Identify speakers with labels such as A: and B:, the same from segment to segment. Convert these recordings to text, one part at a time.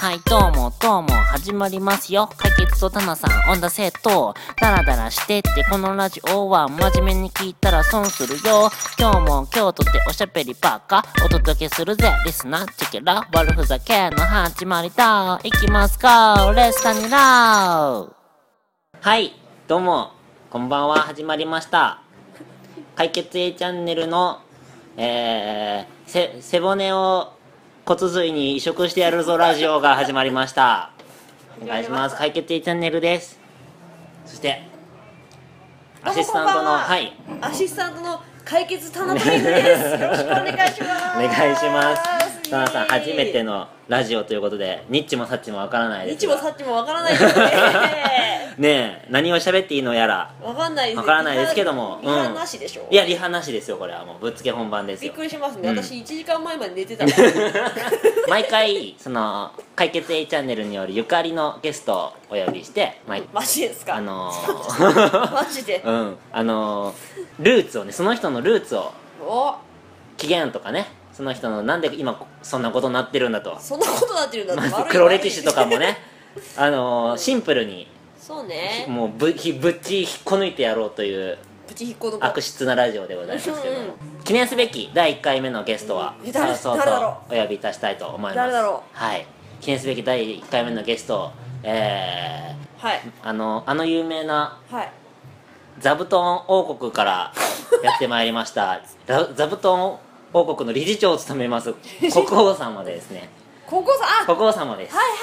A: はいどうもどうも始まりますよ解決とタナさんオンダセットダラダラしてってこのラジオは真面目に聞いたら損するよ今日も今日とっておしゃべりばっかお届けするぜリスナーチェケラ悪ふざけの始まりだいきますかレスタニラーはいどうもこんばんは始まりました解決 A チャンネルの、えー、せ背骨を骨髄に移植してやるぞラジオが始まりましたお願いします解決 A チャンネルですそして
B: ど
A: ア
B: うも
A: シスタント
B: こんば
A: の
B: んは
A: はい
B: アシスタントの解決田中です。 よろしくお願いします。
A: お願いします
B: ナ
A: ナナさん初めて。のラジオということでニッチもサッチもわからないです
B: 日
A: が
B: もさっちもわからないですね。
A: ねえ何を喋っていいのやら
B: わかんないで す。
A: わからないですけども
B: リハ
A: うん
B: なしでしょ。
A: いやリハなしですよこれはもうぶっつけ本番です
B: びっ
A: よ
B: くりしますね。
A: うん
B: 私一時間前まで寝て たから。
A: 毎回その解決 A チャンネルによるゆかりのゲストをお呼びして毎
B: マジですか。
A: あの
B: マジで。
A: ーうんあのールーツをねその人のルーツを
B: お、
A: 起源とかねその人のなんで今そんなことになってるんだと
B: そんなことなってるんだって
A: まず
B: 悪い。
A: 黒歴史とか
B: 悪い。
A: もねあのーシンプルに
B: そうね。
A: もうぶひぶっち引っこ抜いてやろうという
B: プチ引っこの子。
A: 悪質なラジオでございますけど
B: うんうん
A: 記念すべき第1回目のゲストは
B: うん
A: さ
B: 誰
A: あそう
B: 誰だろ
A: とお呼びいたしたいと思います
B: 誰だろ
A: はい記念すべき第1回目のゲストえ
B: はい
A: ー、あのあの有名な
B: はい。
A: 座布団王国 からやってまいりましたざ座布団王国の理事長を務めます国王様ですね
B: 高校さん。あ、
A: 国王様です
B: はいは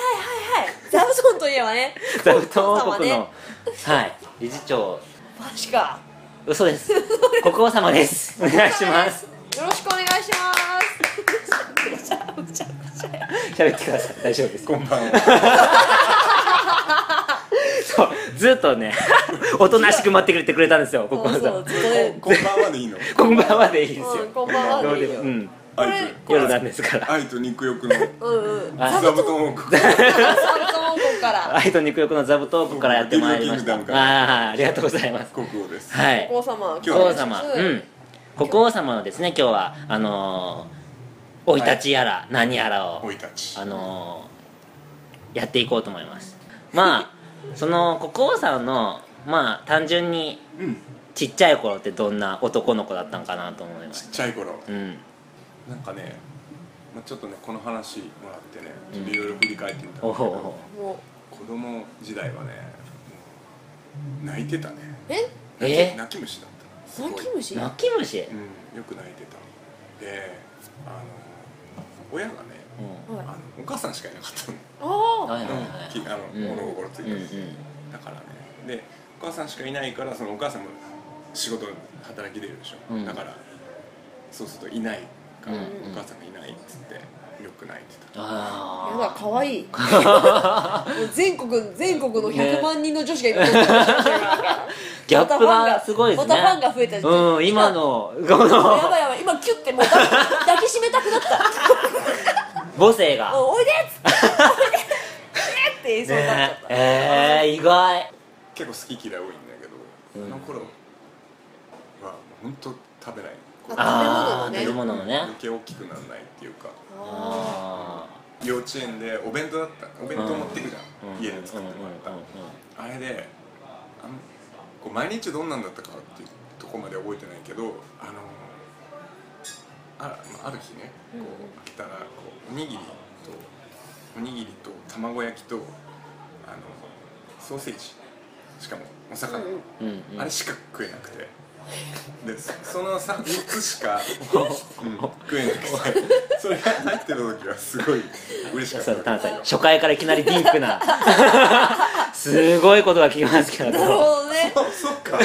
B: いはいはい。ザブソンといえばね。
A: 座布団王国の、
B: ね
A: はい理事長
B: マジか。
A: 嘘です国王様ですお願いします
B: よろしくお願いします。
A: 喋ってください大丈夫です
C: こんばんは。
A: そうずっと ねおとなしく待ってくれてくれたんですよ国王
B: そ
A: 様
B: うずっとね
C: こんばんはでいいの。
A: こんばんはでいいですよ
B: うん、こんばんは。
A: ど
B: ど
A: う
B: う
A: で
B: で
A: もう
B: も。うん
A: ん
B: こ
C: 愛
B: れ
C: と、
A: 夜なんですから
C: 愛と肉欲の
B: うん。
A: あ
B: ザ
C: 座布団王国。
B: ブトン王国から。
A: 愛と肉欲の座布団王国からやってまいりまし
C: リ
A: た
C: ルキングダムから
A: ああありがとうございます
C: 国王です。
A: はい
B: 国王様。
A: 国
C: 今日
A: 王
C: は
A: 様うん国王様のですね今日はあのー生い立ちやら何やらを
C: おいたち
A: あ。のーやっていこうと思いますまあ その国王さんのまあ単純に
C: うん。
A: ちっちゃい頃ってどんな男の子だったんかなと思いま
C: ち
A: す
C: っちゃい頃。
A: うん
C: なんかね。まあ、ちょっとね、この話もらってね、ちょっといろいろ振り返ってみたんだけ
A: お
C: ど。
A: お
B: もう。
C: 子供時代はね。もう泣いてたね。
B: え、
C: 泣き
A: え
C: 泣き虫だった。す
B: 泣
C: ごい
B: き。虫。
A: 泣き虫
C: うん、よく泣いてた。で。あの。親がね。
A: うん
B: はい
C: あの、お母さんしかいなかったの。
B: あ
A: はいはいはい
C: きあの
A: うん
C: 物心ついて
A: うんうん
C: だからねでお母さんしかいないからそのお母さんも仕事働き出るでしょ、
A: うん
C: だからそうするといないか
A: う
C: ら、
A: んうん
C: お母さんがいないっつってよく泣いて
B: あ。やだ、
A: あ
B: 可愛い。も う全国、全国の百万人の女子がいる。
A: ー ギャップがすごいですね
B: またファンが増えた。
A: うん今。のこ
B: や
A: の
B: ばいやばい、今キュってもう 抱き抱きしめたくなった。
A: 母性が
B: うんおいでっつって。おいでっつって。おいでっつって言いそうになっちゃった。
A: えー、意外
C: た結構好き嫌い多いんだけど、
A: うん
C: あの頃は本当食べないこう
A: ああ
B: あ食
A: 食
B: べ
A: べ
B: 物
A: 物のね
C: 余計大きくならないっていうか
B: あ
A: あ
C: 幼稚園でお弁当だったお弁当持ってくじゃん、
A: ー
C: 家で作ってもらった、
A: うんうんうんうん
C: あれであのこう毎日どんなんだったかっていうとこまで覚えてないけどあのあまあある日ね
B: う
C: こ
B: んうん
C: う開けたらこうおにぎりとおにぎりと卵焼きとあのソーセージしかもお
B: ー。
C: 魚、
B: うんう
A: う
B: ん
A: んうん
C: あれしか食えなくて でそそ の 3, つしか、うん食えなくてそれが入ってた時はすごい嬉しかった
A: そう炭酸初回からいきなりディープなすごいことが聞きますけど
B: なるほどね。
C: あそっか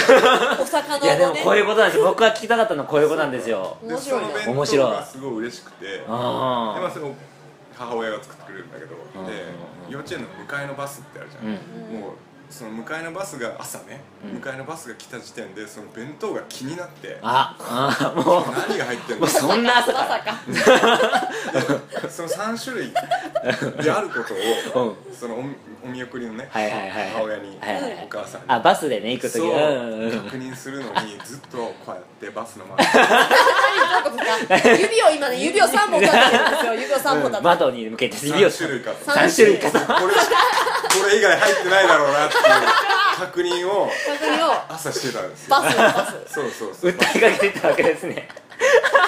B: お魚
A: いやで
B: の
A: も
B: ね。
A: こういうことなんですよ僕は聞きたかったのはこういうことなんですよ
B: 面白いね
C: でその
A: 面
C: 弁当
A: 白い
C: がすごい嬉しくてで、まあ、
A: あ
C: それを母親が作ってくれるんだけど、
A: うんうん
C: で
A: うん
C: 幼稚園の迎えのバスってあるじゃん、
A: うん
C: もうその迎えのバスが朝ね、迎えのバスが来た時点でその弁当が気になって
A: ああもう
C: 何が入ってん
A: も
C: の
A: うそんな朝か
B: まさか
C: その3種類であることを、そのおお見送りのね、
A: はいはいはい
C: 母親に、
A: はいはい
C: お母さんに
A: あバスでね行く時
C: そう、
A: うんうんうん
C: 確認するのにずっとこうやってバス の前で
B: どういうことですか指を今ね指を3本立ってるんですよ指を3本立って
A: 窓に向けて指を
C: 3種類かとこ
A: 三種類か
B: 確
C: れこれ以外入ってないだろうなっていう確認を
B: 認を
C: 朝してたんですよ
B: バスバス
C: そうそうそう
A: 訴えかけてたわけです ね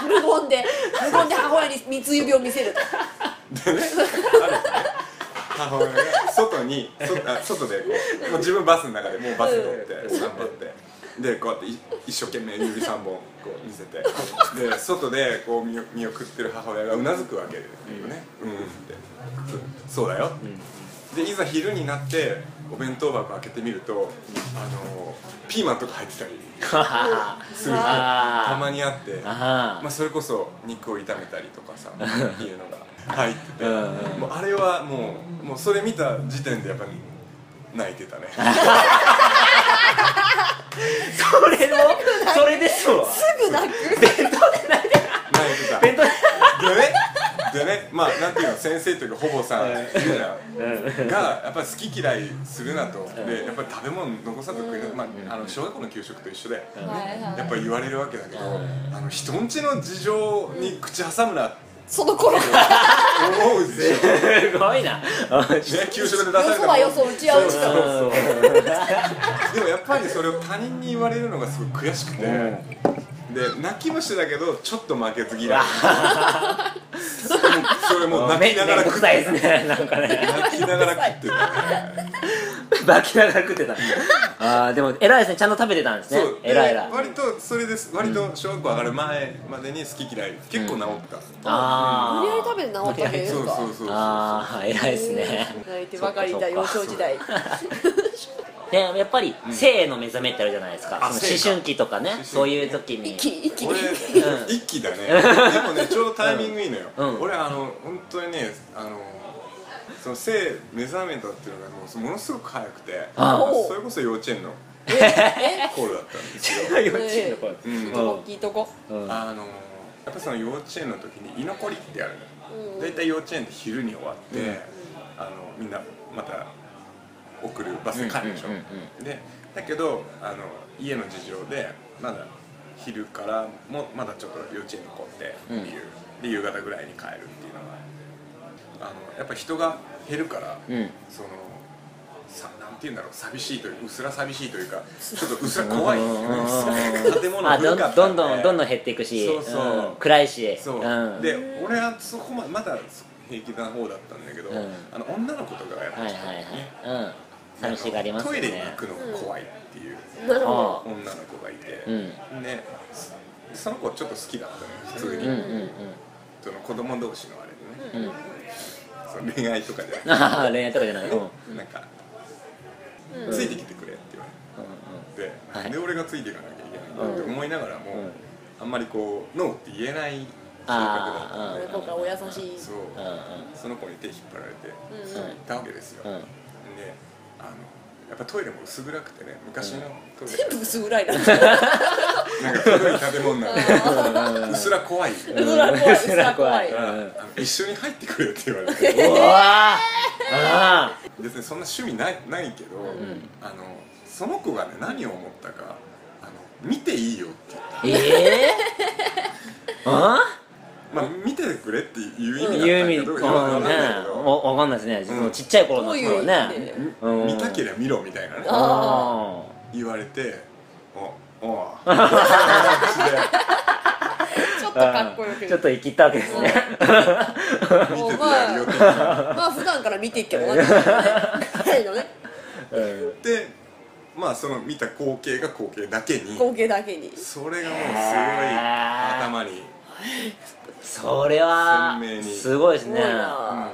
B: 無言で無言で母親に三つ指を見せると
C: 母親が外にそあ外でこうもう自分バスの中でもうバス乗って3本ってでこうやってい一生懸命指3本こう見せてで外でこう見見送ってる母親がうなずくわけよねうんうんってそそうだよ、でいざ昼になってお弁当箱開けてみるとあのピーマンとか入ってたり
A: あ
C: するの
A: あー
C: たまにあって
A: あ
C: まあ、それこそ肉を炒めたりとかさいうのが入ってて、
A: うんうん
C: もうあれはもうもうそれ見た時点でやっぱり泣いてたね
A: それもそれですわ
B: すぐ泣く
C: 泣いてたで
A: 弁
C: ねでねまあなんていうの先生というかほぼさんいるじゃんがやっぱり好き嫌いするなと、でやっぱり食べ物残さず食いな、まあ、あの小学校の給食と一緒で、
B: はいはい
C: やっぱり言われるわけだけど、あの人んちの事情に口挟むなって
B: その頃から
C: 思うでしょ
A: すごいな
C: ね、給食で出さ
B: よ
C: れた
B: そはよそ打ちは打ち
C: そう
B: と
C: でもやっぱりそれを他人に言われるのがすごい悔しくて、で泣き虫だけどちょっと負け ず嫌いそれもう泣きながら食
A: く
C: っ
A: さい
C: て
A: ですねなんかね
C: 泣きながら食ってたね
A: 泣きながら食ってたあーでも偉いですねちゃんと食べてたんですね
C: そうで
A: 偉い偉い
C: 割とそれです割と小学校上がる前までに好き嫌い結構治った、
A: あ
B: 無理やり
A: ー
B: 食べて治ったわけです
C: そうそう
B: か
C: そうそう
A: あー偉いですね
B: 泣いてばかりいた幼少時代
A: でやっぱり性の目覚めってあるじゃないですか
C: あ
A: そ
C: 性
A: の
C: か
A: 思春期とかね
C: 期
A: そういう時に
B: 一気に一気に
C: 俺、一気だねでもねちょうどタイミングいいのよ、
A: うん
C: 俺あの本当にねあのその性目覚めたっていうのがもうものすごく早くて
A: あ
B: ー
C: それこそ幼稚園の
B: え
C: 頃だったんですよ
A: 幼稚園の頃
C: うん
A: うん
B: 聞いとこ
A: うん
C: あのやっぱその幼稚園の時に居残りってあるのよ大体、幼稚園って昼に終わって、
A: うん
C: あのみんなまた送るバスに帰るでしょ、
A: うんうん
C: でだけどあの家の事情でまだ昼からもまだちょっと幼稚園に残って
A: うん
C: っていう、で夕方ぐらいに帰るっていうのがあのやっぱ人が減るから、
A: うん
C: そのさなんて言うんだろう寂しいといううすら寂しいというかちょっとうすら怖い、 建物
A: あ
C: 古か
A: どんど
C: ったで
A: んどんどんどん減っていくし
C: そうそうん
A: 暗いし
C: そう、
A: ん
C: で俺はそこまでまだ平気な方だったんだけど、
A: うん
C: あの女の子とかがやっぱ
A: はいはいはいうん寂しがります
C: ト
A: よ
C: イレに行
A: ね
C: くのが怖いっていう
B: なるほ
A: あ
C: 女の子がいて、
A: うん
C: でそその子ちょっと好きだったのよ普通
A: ー
C: に、
A: うんうんうん
C: その子供同士のあれで
A: うん
C: ね、その恋愛とかじゃなくて
A: あー恋愛とかじゃないうん うん
C: なんか、
B: うん
C: ついてきてくれって言われて、
A: はい
C: なんで俺がついていかなきゃいけないんだって思いながらも、
A: うん
C: あんまりこうノーって言えない性格だった
B: ど
C: の
A: あ
C: で
A: ー
B: 俺今回お優しい
C: そう、
A: うんうん
C: その子に手引っ張られて
B: うん
A: うん
C: 行ったわけですよ、
A: うん
C: であのやっぱトイレも薄暗くてね昔のトイ
B: 全部薄暗いな
C: レ、なんか古い建物 なのでうすら怖い、
B: うずら怖い、うずら怖い。
A: う
C: あ
A: ん
C: の一緒に入ってくれって言われて
A: うわーあ
C: 別にそんな趣味ないないけど、あのその子がね何を思ったかあの見ていいよって言った
A: ーえーあ
C: まあ見ててくれっていう意味だった
A: ゆうみ
C: け
A: う
C: ど
A: んね
C: 今わかんないけど
A: わわかんないですね
C: うん
A: ちっちゃい頃
B: ど
A: の
B: う
A: そ
B: い
A: の
B: う意味
A: ね
B: で
A: うん
C: 見たけりゃ見ろみたいなね
A: あ
B: あ
C: 言われて おおうって感じで
B: ちょっと
A: ー
B: かっこよく
A: ちょっと生きったわけですね
C: 見
B: お
C: ててやる
B: 前
C: よ
B: ま
C: っ
B: あ
C: て言っ
B: まあ普段から見ていけば分かんないけどね
A: うん
C: てまあその見た光景が光景だけに
B: 光景だけに
C: それがもうすごい
A: ー
C: 頭に
A: それは
C: 鮮明に
A: すごいです
B: すごい
A: ね
B: な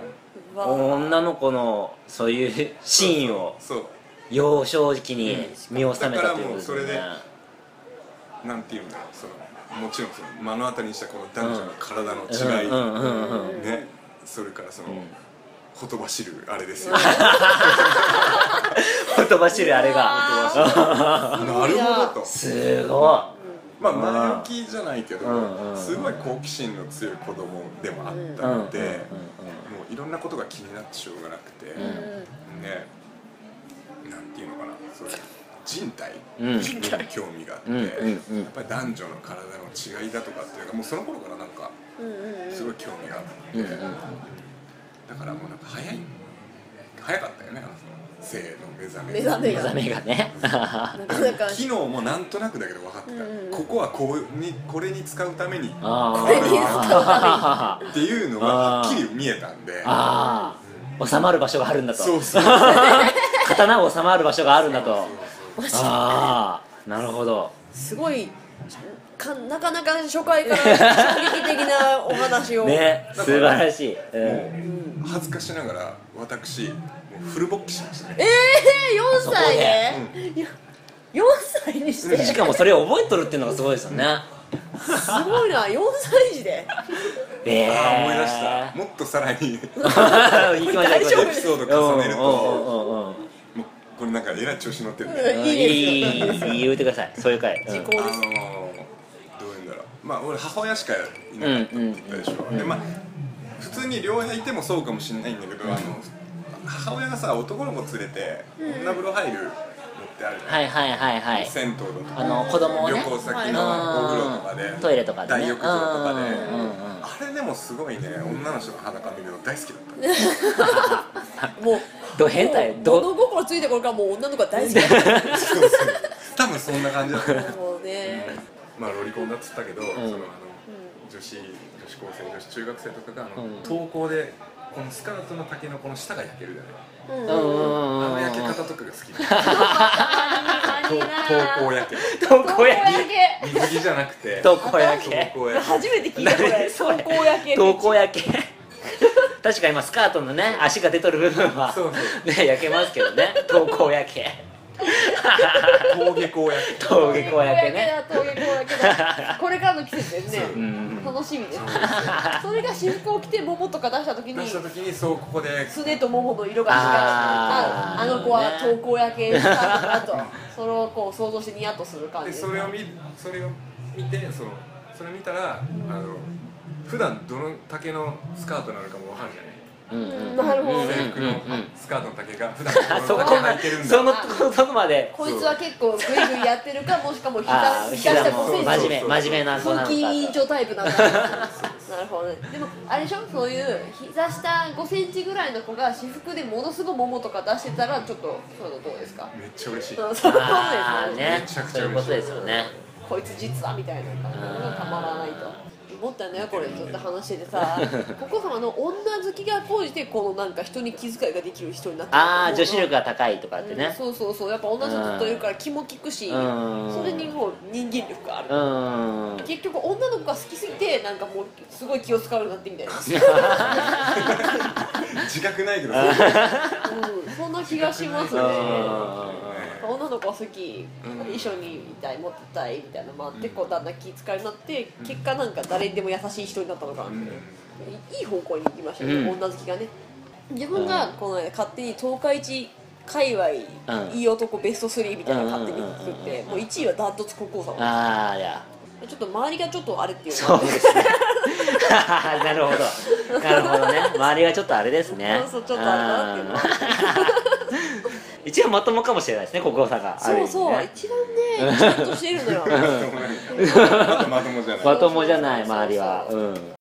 B: うわ
A: 女の子のそういうシーンを
C: そう
A: 幼少期に見納めたということです
C: だからもうそれで
A: ね
C: なんていうんだろうそのもちろんその目の当たりにしたこの男女の体の違い、
A: うんうんうんうん
C: ねそれからその、
A: ん
C: ほとばしるあれですよ
D: ほとばしるあれが
B: が
C: なるほどと
D: すごい
C: まあ前向きじゃないけど、
D: うんうん
C: すごい好奇心の強い子供でもあった
D: うん
C: ので、もういろんなことが気になってしょうがなくて、ねなんていうのかなそういう人体
D: うん
C: に興味があって、
D: うんうんうん
C: やっぱり男女の体の違いだとかっていうかもうその頃からなんかすごい興味があって、
D: うんうん
C: だからもうなんか早い早かったよねあの性の目覚め
B: 目覚め
D: 目
B: が
D: 覚めがね
B: なかなか
C: 機能もなんとなくだけど分かってた、
B: うんうん
C: ここはこうにこれに使うために
D: あー
C: これに
D: あ
C: っていうのがはっきり見えたんで
D: あー収まる場所があるんだ
C: そ
D: と
C: うそうそう
D: 刀を収まる場所があるんだ
C: そう
D: とああなるほど
B: すごいかなかなか初回から衝撃的なお話を、
D: ね素晴らしい、うん
C: もう恥ずかしながら私もうフル勃起しましたね
B: ええー、4歳で、4歳にして
D: し
B: す
D: かもそれを覚えとるっていうのがすごいですよね、
B: ごいな4歳児で
D: ええー、
C: ああ思い出したもっとさらにエ
D: 行きましょう行
B: 大
D: き
B: 丈夫
D: ま
C: ピ
D: し
C: ソード
D: ょう
C: 重ねるとも
D: うんうんうんうん
C: うこれなんかえらい調子乗ってるん
B: う
C: で
B: ん
D: い
B: い
D: い
B: いですよ
D: いい言うてくださいそういう回、うん
B: 時効
C: あの
B: です、
C: ーどういうんだろうまあ俺母親しかいなかったって言ったでし
D: うんうんう
C: ょ
D: ん
C: でまあ普通に両親いてもそうかもしれないんだけどあの母親がさ男の子連れて女風呂入るのってあるじゃない
D: はいはいはいはい
C: 銭湯だとか
D: あの子供をね
C: 旅行先のお風呂とかで
D: うんトイレとかでね
C: 大浴場とかで
D: うんうんうん
C: あれでもすごいね女の人の裸見るの大好きだ った
B: もう
D: ど変態
B: もう
D: ど
B: 物心ついてこれからもう女の子は大好きだか
C: そうそう多分そんな感じだった
B: らもう ね
C: まあロリコンだっつったけど、そのあの
D: うん
C: 女子女子高生女子中学生とかがあの、
D: うん
C: 投稿でこのスカートの丈のこの下が焼けるじゃない
B: うん
D: うんうんうんうん
C: あの焼け方とかが好 き投稿焼け
D: どこや
C: 水着じゃなくて
D: けどこやけ
C: 投稿焼
B: 初めて聞いたこれ
D: 何それ
B: 投稿焼け
D: どこやけ確かに今スカートのね足が出とる部分は
C: そう
D: ね焼けますけど ねどこやけ
C: け登下校焼け
D: どげこやけね
B: だ登下校焼けだこれからの季節ですね
D: うん
B: 楽しみですそれが私服を着て桃とか出した時
C: 出
B: に
C: した時にそうここです
B: ねと桃の色が違う
D: あ
B: あ
D: ー
B: あの子は
D: ね
B: 投稿焼けしたなとそれをこう想像してニヤッとする感じ
C: で
B: です
C: それを見それを見てそのそれ見たら、あの普段どの丈のスカートなのかもわかるじゃない
D: うんうん
B: なるほどね
C: 制服の
D: うんうん
C: スカートの丈が普段
D: あそ
C: ど
D: こ
C: の丈履いてるんだ
D: そのとこまで
B: こいつは結構グイグイやってるかもしくはもう
D: あ
B: 膝
D: あ
B: 膝下
D: 膝
B: 5
D: も
B: セン
D: 真
B: チ
D: 面目真面目な子な
B: 風
D: の
B: 紀委員
D: か
B: 長タイプなんだなるほどねでもあれでしょそういう膝下5センチぐらいの子が私服でものすごいももとか出してたらちょっとそういうのどうですか
C: めっちゃ嬉しい
B: そうそういう
D: あ
B: こと
D: あ
B: ですね
D: ね
C: めちゃくち
D: そう
C: ゃ嬉しい
D: いうことですよね
B: こいつ実はみたいな感じのがたまらないと思ったのよこれちょっと話して てさココ様の女好きが高じてこのなんか人に気遣いができる人になって
D: ああ女子力
B: が
D: が高いとかってね
B: そうそうそうやっぱ女ずっといるから気も利くし
D: うん
B: それにもう人間力がある
D: うーん
B: 結局女の子が好きすぎてなんかもうすごい気を使うようになってみたいな、
C: 自覚ないけどそういうことね
B: うん、そんな気がしますね
D: う
B: 女の子は好き、
C: うん
B: 一緒にいたい持ってたいみたいなのもあってこうだんだん気遣いになって結果なんか誰にでも優しい人になったのかなって、いいい方向に行きましたね、
D: うん
B: 女好きがね自分がこの間勝手に東海市界隈、
D: うん
B: いい男ベスト3みたいなの勝手に作
D: う
B: って、
D: んうんうん
B: もう1位はダントツ国王さん
D: ああいや
B: ちょっと周りがちょっとあれっていうの
D: そ
B: が
D: うですねなるほどなるほどね周りがちょっとあれですね
B: そうそうちょっとあれだなっていうのは
D: うん一応まともかもしれないですね国王さんがある意
B: そう
D: 味
B: そう、
D: ね
B: 一番ねちゃんとしてるのよ
C: まだまともじゃない
D: まともじゃない周りはうん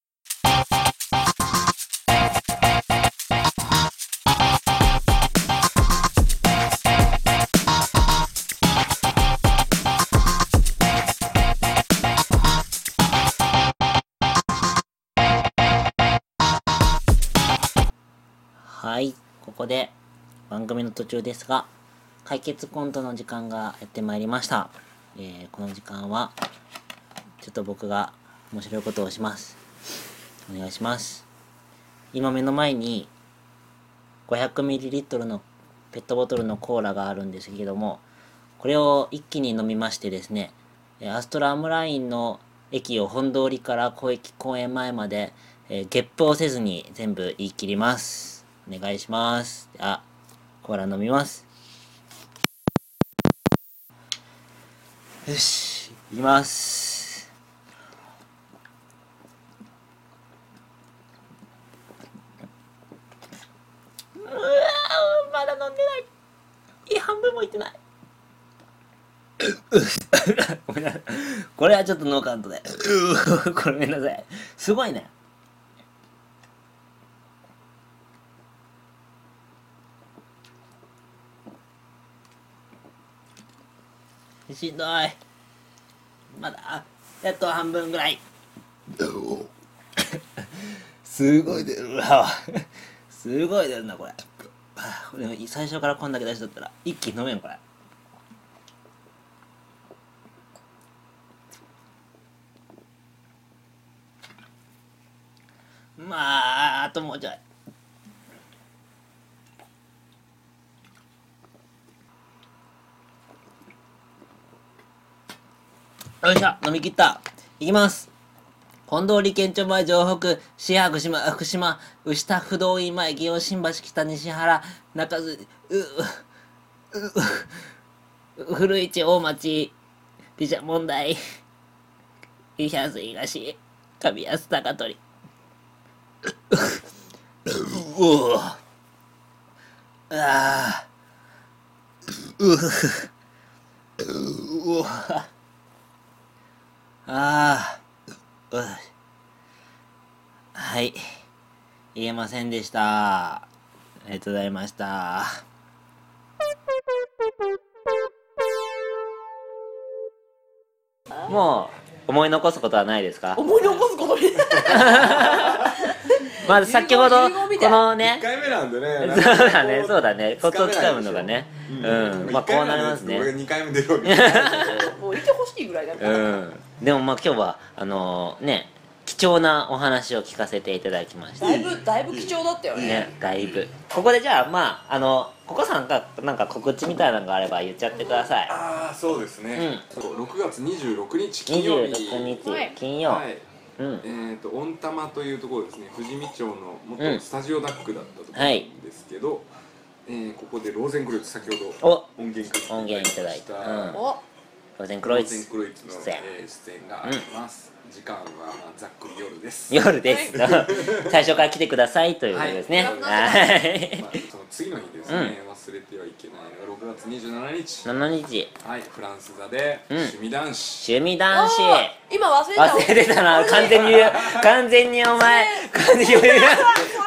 A: はい、ここで番組の途中ですが、解決コントの時間がやってまいりました。えーこの時間は、ちょっと僕が面白いことをします。お願いします。今目の前に、500ml のペットボトルのコーラがあるんですけども、これを一気に飲みましてですね、えーアストラムラインの駅を本通りから小駅公園前まで、えーゲップをせずに全部言い切ります。お願いします。あ、コーラ飲みます。よしいきます
E: まだ飲んでないいい半分もいってない
A: ごめんなさいこれはちょっとノーカウントでうーごめんなさいすごいねしんどいまだやっと半分ぐらいすごい出るなすごい出るなこれこれ最初からこんだけ出しとったら一気に飲めんこれまああともうちょいよいしょ飲み切ったいきます本通り県庁前城北市白島福島牛田不動院前祇園新橋北西原中津ううう古市大町美写問題伊平瀬東上安高取うおああううおああううはい言えませんでしたありがとうございましたもう思い残すことはないですか
B: 思い残すことに
A: まあ先ほど
B: 遺言みた
A: こ
B: い
A: のね
C: 1回目なんで
A: そう
C: ね
A: だね、そうだね。コツをつ
C: つ
A: か
C: か
A: む
C: む
A: の
C: の
A: が
C: が
A: ね
C: ね。
A: うん。まあ、こうなりますね。
C: 2回目出よう
B: もういてほしいぐらいだか
A: う
B: ら、
A: ん。でもまあ今日は、あのね、貴重なお話を聞かせていただきまし
B: だい
A: た。
B: ぶだいぶ貴重だったよね
A: ね、だいぶ。ここでじゃあ、まあ、あの、ココさんがなんか告知みたいなのがあれば言っちゃってください。
C: ああそうですね、そう6月26日金曜日
A: 26
B: はい
A: 日、金曜。
C: はい
A: うん
C: え。ー、と温玉というところですね富士見町の元スタジオダックだったところ
A: は
C: ないんですけど、えーここでローゼンクロイツ先ほど
A: お
C: 音源化
A: 音源いただいた
C: ロ
A: うん
B: お
A: 当然、黒
C: ー
A: い
C: ゼンクロイツの
A: 出演
C: えー出演があります、時間はまあざっくり夜です、ま
A: 夜です。 最初から来てくださいということですね。
B: は
A: はい。
C: あ、その次の日ですね、忘れてはいけないのが6月27日、
A: 7日、
C: はい、フランス座で
A: ん
C: 趣味男子、
A: 趣味男子。
B: あー今忘れた
A: 忘れてたな完全に 完全にお前完全に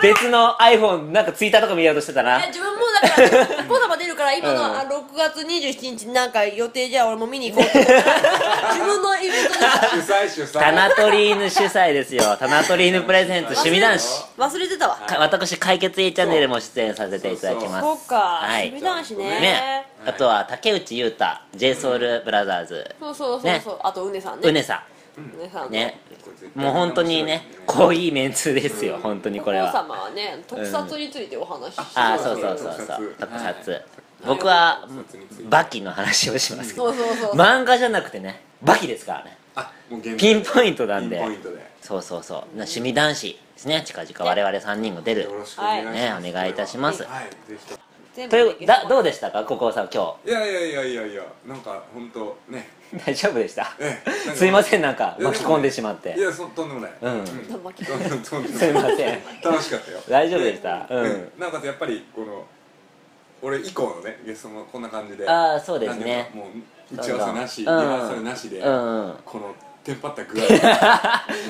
A: 別の iPhone なんかツイッターとか見ようとしてたない
B: や自分もだからコーナー出るから今の、
A: うん
B: あ6月27日なんか予定じゃあ俺も見に行こう と思ったら自分のイベントで
C: 主催主催
A: タナトリーヌ主催ですよタナトリーヌプレゼント趣味男子
B: 忘れてたわ
A: か私解決 A チャンネルも出演させていただきます
B: そうか
A: はい
B: 趣味男子ね
A: ねあとは竹内優太 JSOULBROTHERS
B: そうそうそうそう、あとうねさんね
A: うねさ
B: うねさん
A: ん
B: の
A: ね
C: これ絶対
A: もう本当にね濃いメンツですよ本当にこれ
B: お父
A: は
B: 様はね特撮についてお話しして
A: ああ
B: たんです
A: そう
B: よ
A: そうそうそう特
C: 特撮は
A: 撮
C: い
A: 僕は
C: 特撮について
A: バキの話をしますけど
B: そうそうそう、
A: 漫画じゃなくてねバキですからね
C: あもう現在
A: ピンポイントなん
C: ピン
A: で
C: ポイントでよ
A: そうそうそうな趣味男子ですね近々我々3人も出る
C: ろしくお願いしま
A: は
C: す、
A: いねお願いいたします
C: はいぜひと
B: 全
A: と
B: 部
A: いうだどう
B: で
A: でしたかここさん今
C: いやいやいやいやいやなんか本当ね
A: 日大丈夫でした
C: ええ
A: すいませんなんか
C: いや
A: 巻き込んでしまって
C: いやそとんでもない
A: うん
C: とん
B: 巻き
C: でもとんでも
A: すいま
C: ない
A: せん
C: 楽しかったよ
A: 大丈夫でしたうん
C: なおかつやっぱりこの俺以降のねゲストもこんな感じで
A: あーそうですね
C: なんていうかもう打ち合わせなしリ
A: どんどんうん
C: ハーサルなしで
A: うんうん
C: このテンパっ た具合で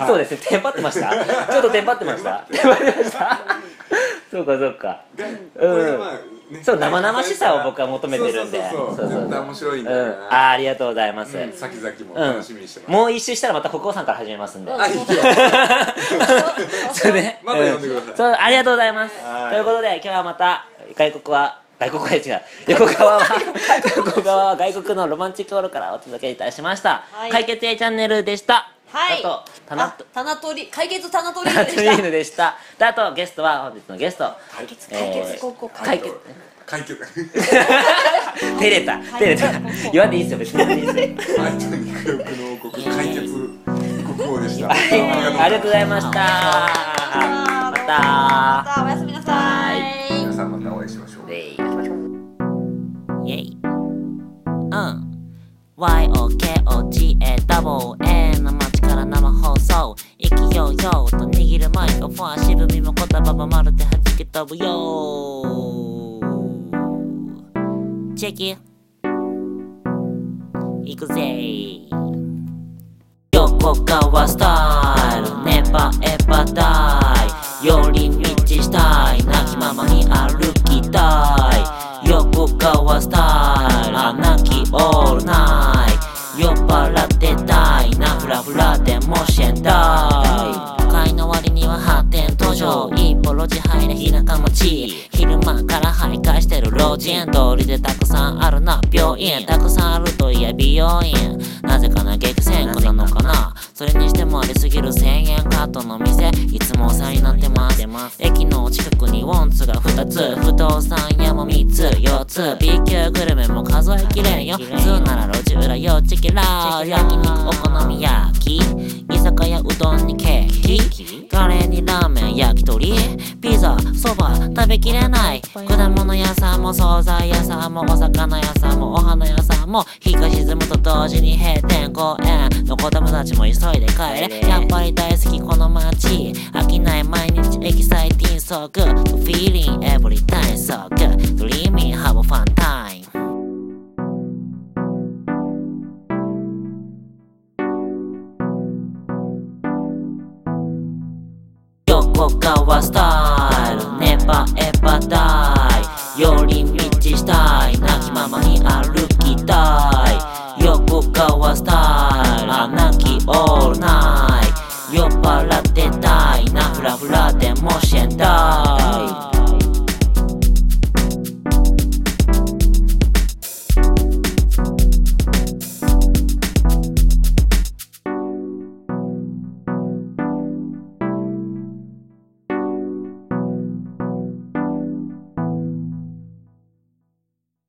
A: そうですねテンパってましたちょっとテンパってま したテンパってました そうかそうか
C: これがまあね
A: そう生々しさを僕は求めてるんで
C: そう
A: そ
C: そ
A: そう
C: ううそう
A: そう
C: 絶対面白い
A: うんん
C: だよな
A: あーありがとうございます
C: うん先々も楽しみにしてます、
A: もう一周したらまた北欧さんから始めますんで
B: うん
C: あいいよ
A: それで
C: また呼んでください
A: そうありがとうございます
C: はい
A: ということで今日はまた外国は外国は違う横川 は横川は外国のロマンチックオールからお届けいたしました、
B: はい
A: 解決 A チャンネルでした
B: はい
A: あとタナト
B: 棚取り解決棚取り
A: タナ
B: で
A: ト
B: し
A: リ
B: た
A: ーヌでしたであとゲストは本日のゲスト
B: 解決
A: えー
B: 解決高校解
A: 解
B: 決
A: 決
C: 解決
A: 照れた照れた言わんでいいっすよ別にいいっすよ
C: はい、とにかくの王国解決国王でした。
A: ありがとうございましたまた
B: さあおやすみなさい
C: 皆さんまたお会いしましょう。
A: で
E: イェイうん YOKO
A: で AA の街から生放送勢いようと握るマイクフォア渋みも言葉もまるで弾け飛ぶよチェキ行くぜ横川スタイルネバエバダイ寄り道したい泣きままに歩きたい横川スタイルあ泣きオールナイト酔っ払ってたいなフラフラでもしえんだい都会の割には発展途上一歩路地入れ田舎町昼間から徘徊してる老人通りでたくさんあるな病院たくさんあるといえ美容院なぜかな激戦区なのかなそれにしてもありすぎる1000円カートの店いつもお世話になってます駅の近くにウォンツが2つ不動産屋も3つ4つ B 級グルメも数えきれんよ普通なら路地裏よチキラー焼肉お好み焼き居酒屋うどんにケーキカレーにラーメン焼き鳥ピザそば食べきれない果物屋さんも惣菜屋さんもお魚屋さんもお花屋さんも日が沈むと同時に閉店公園の子供たちも急いで帰れやっぱり大好きこの街飽きない毎日エキサイティンソーグ Feeling every time so good Dreamy have a fun time 横川スタイルネバエバダイ寄り道したい泣きままに歩きたい横川スタイル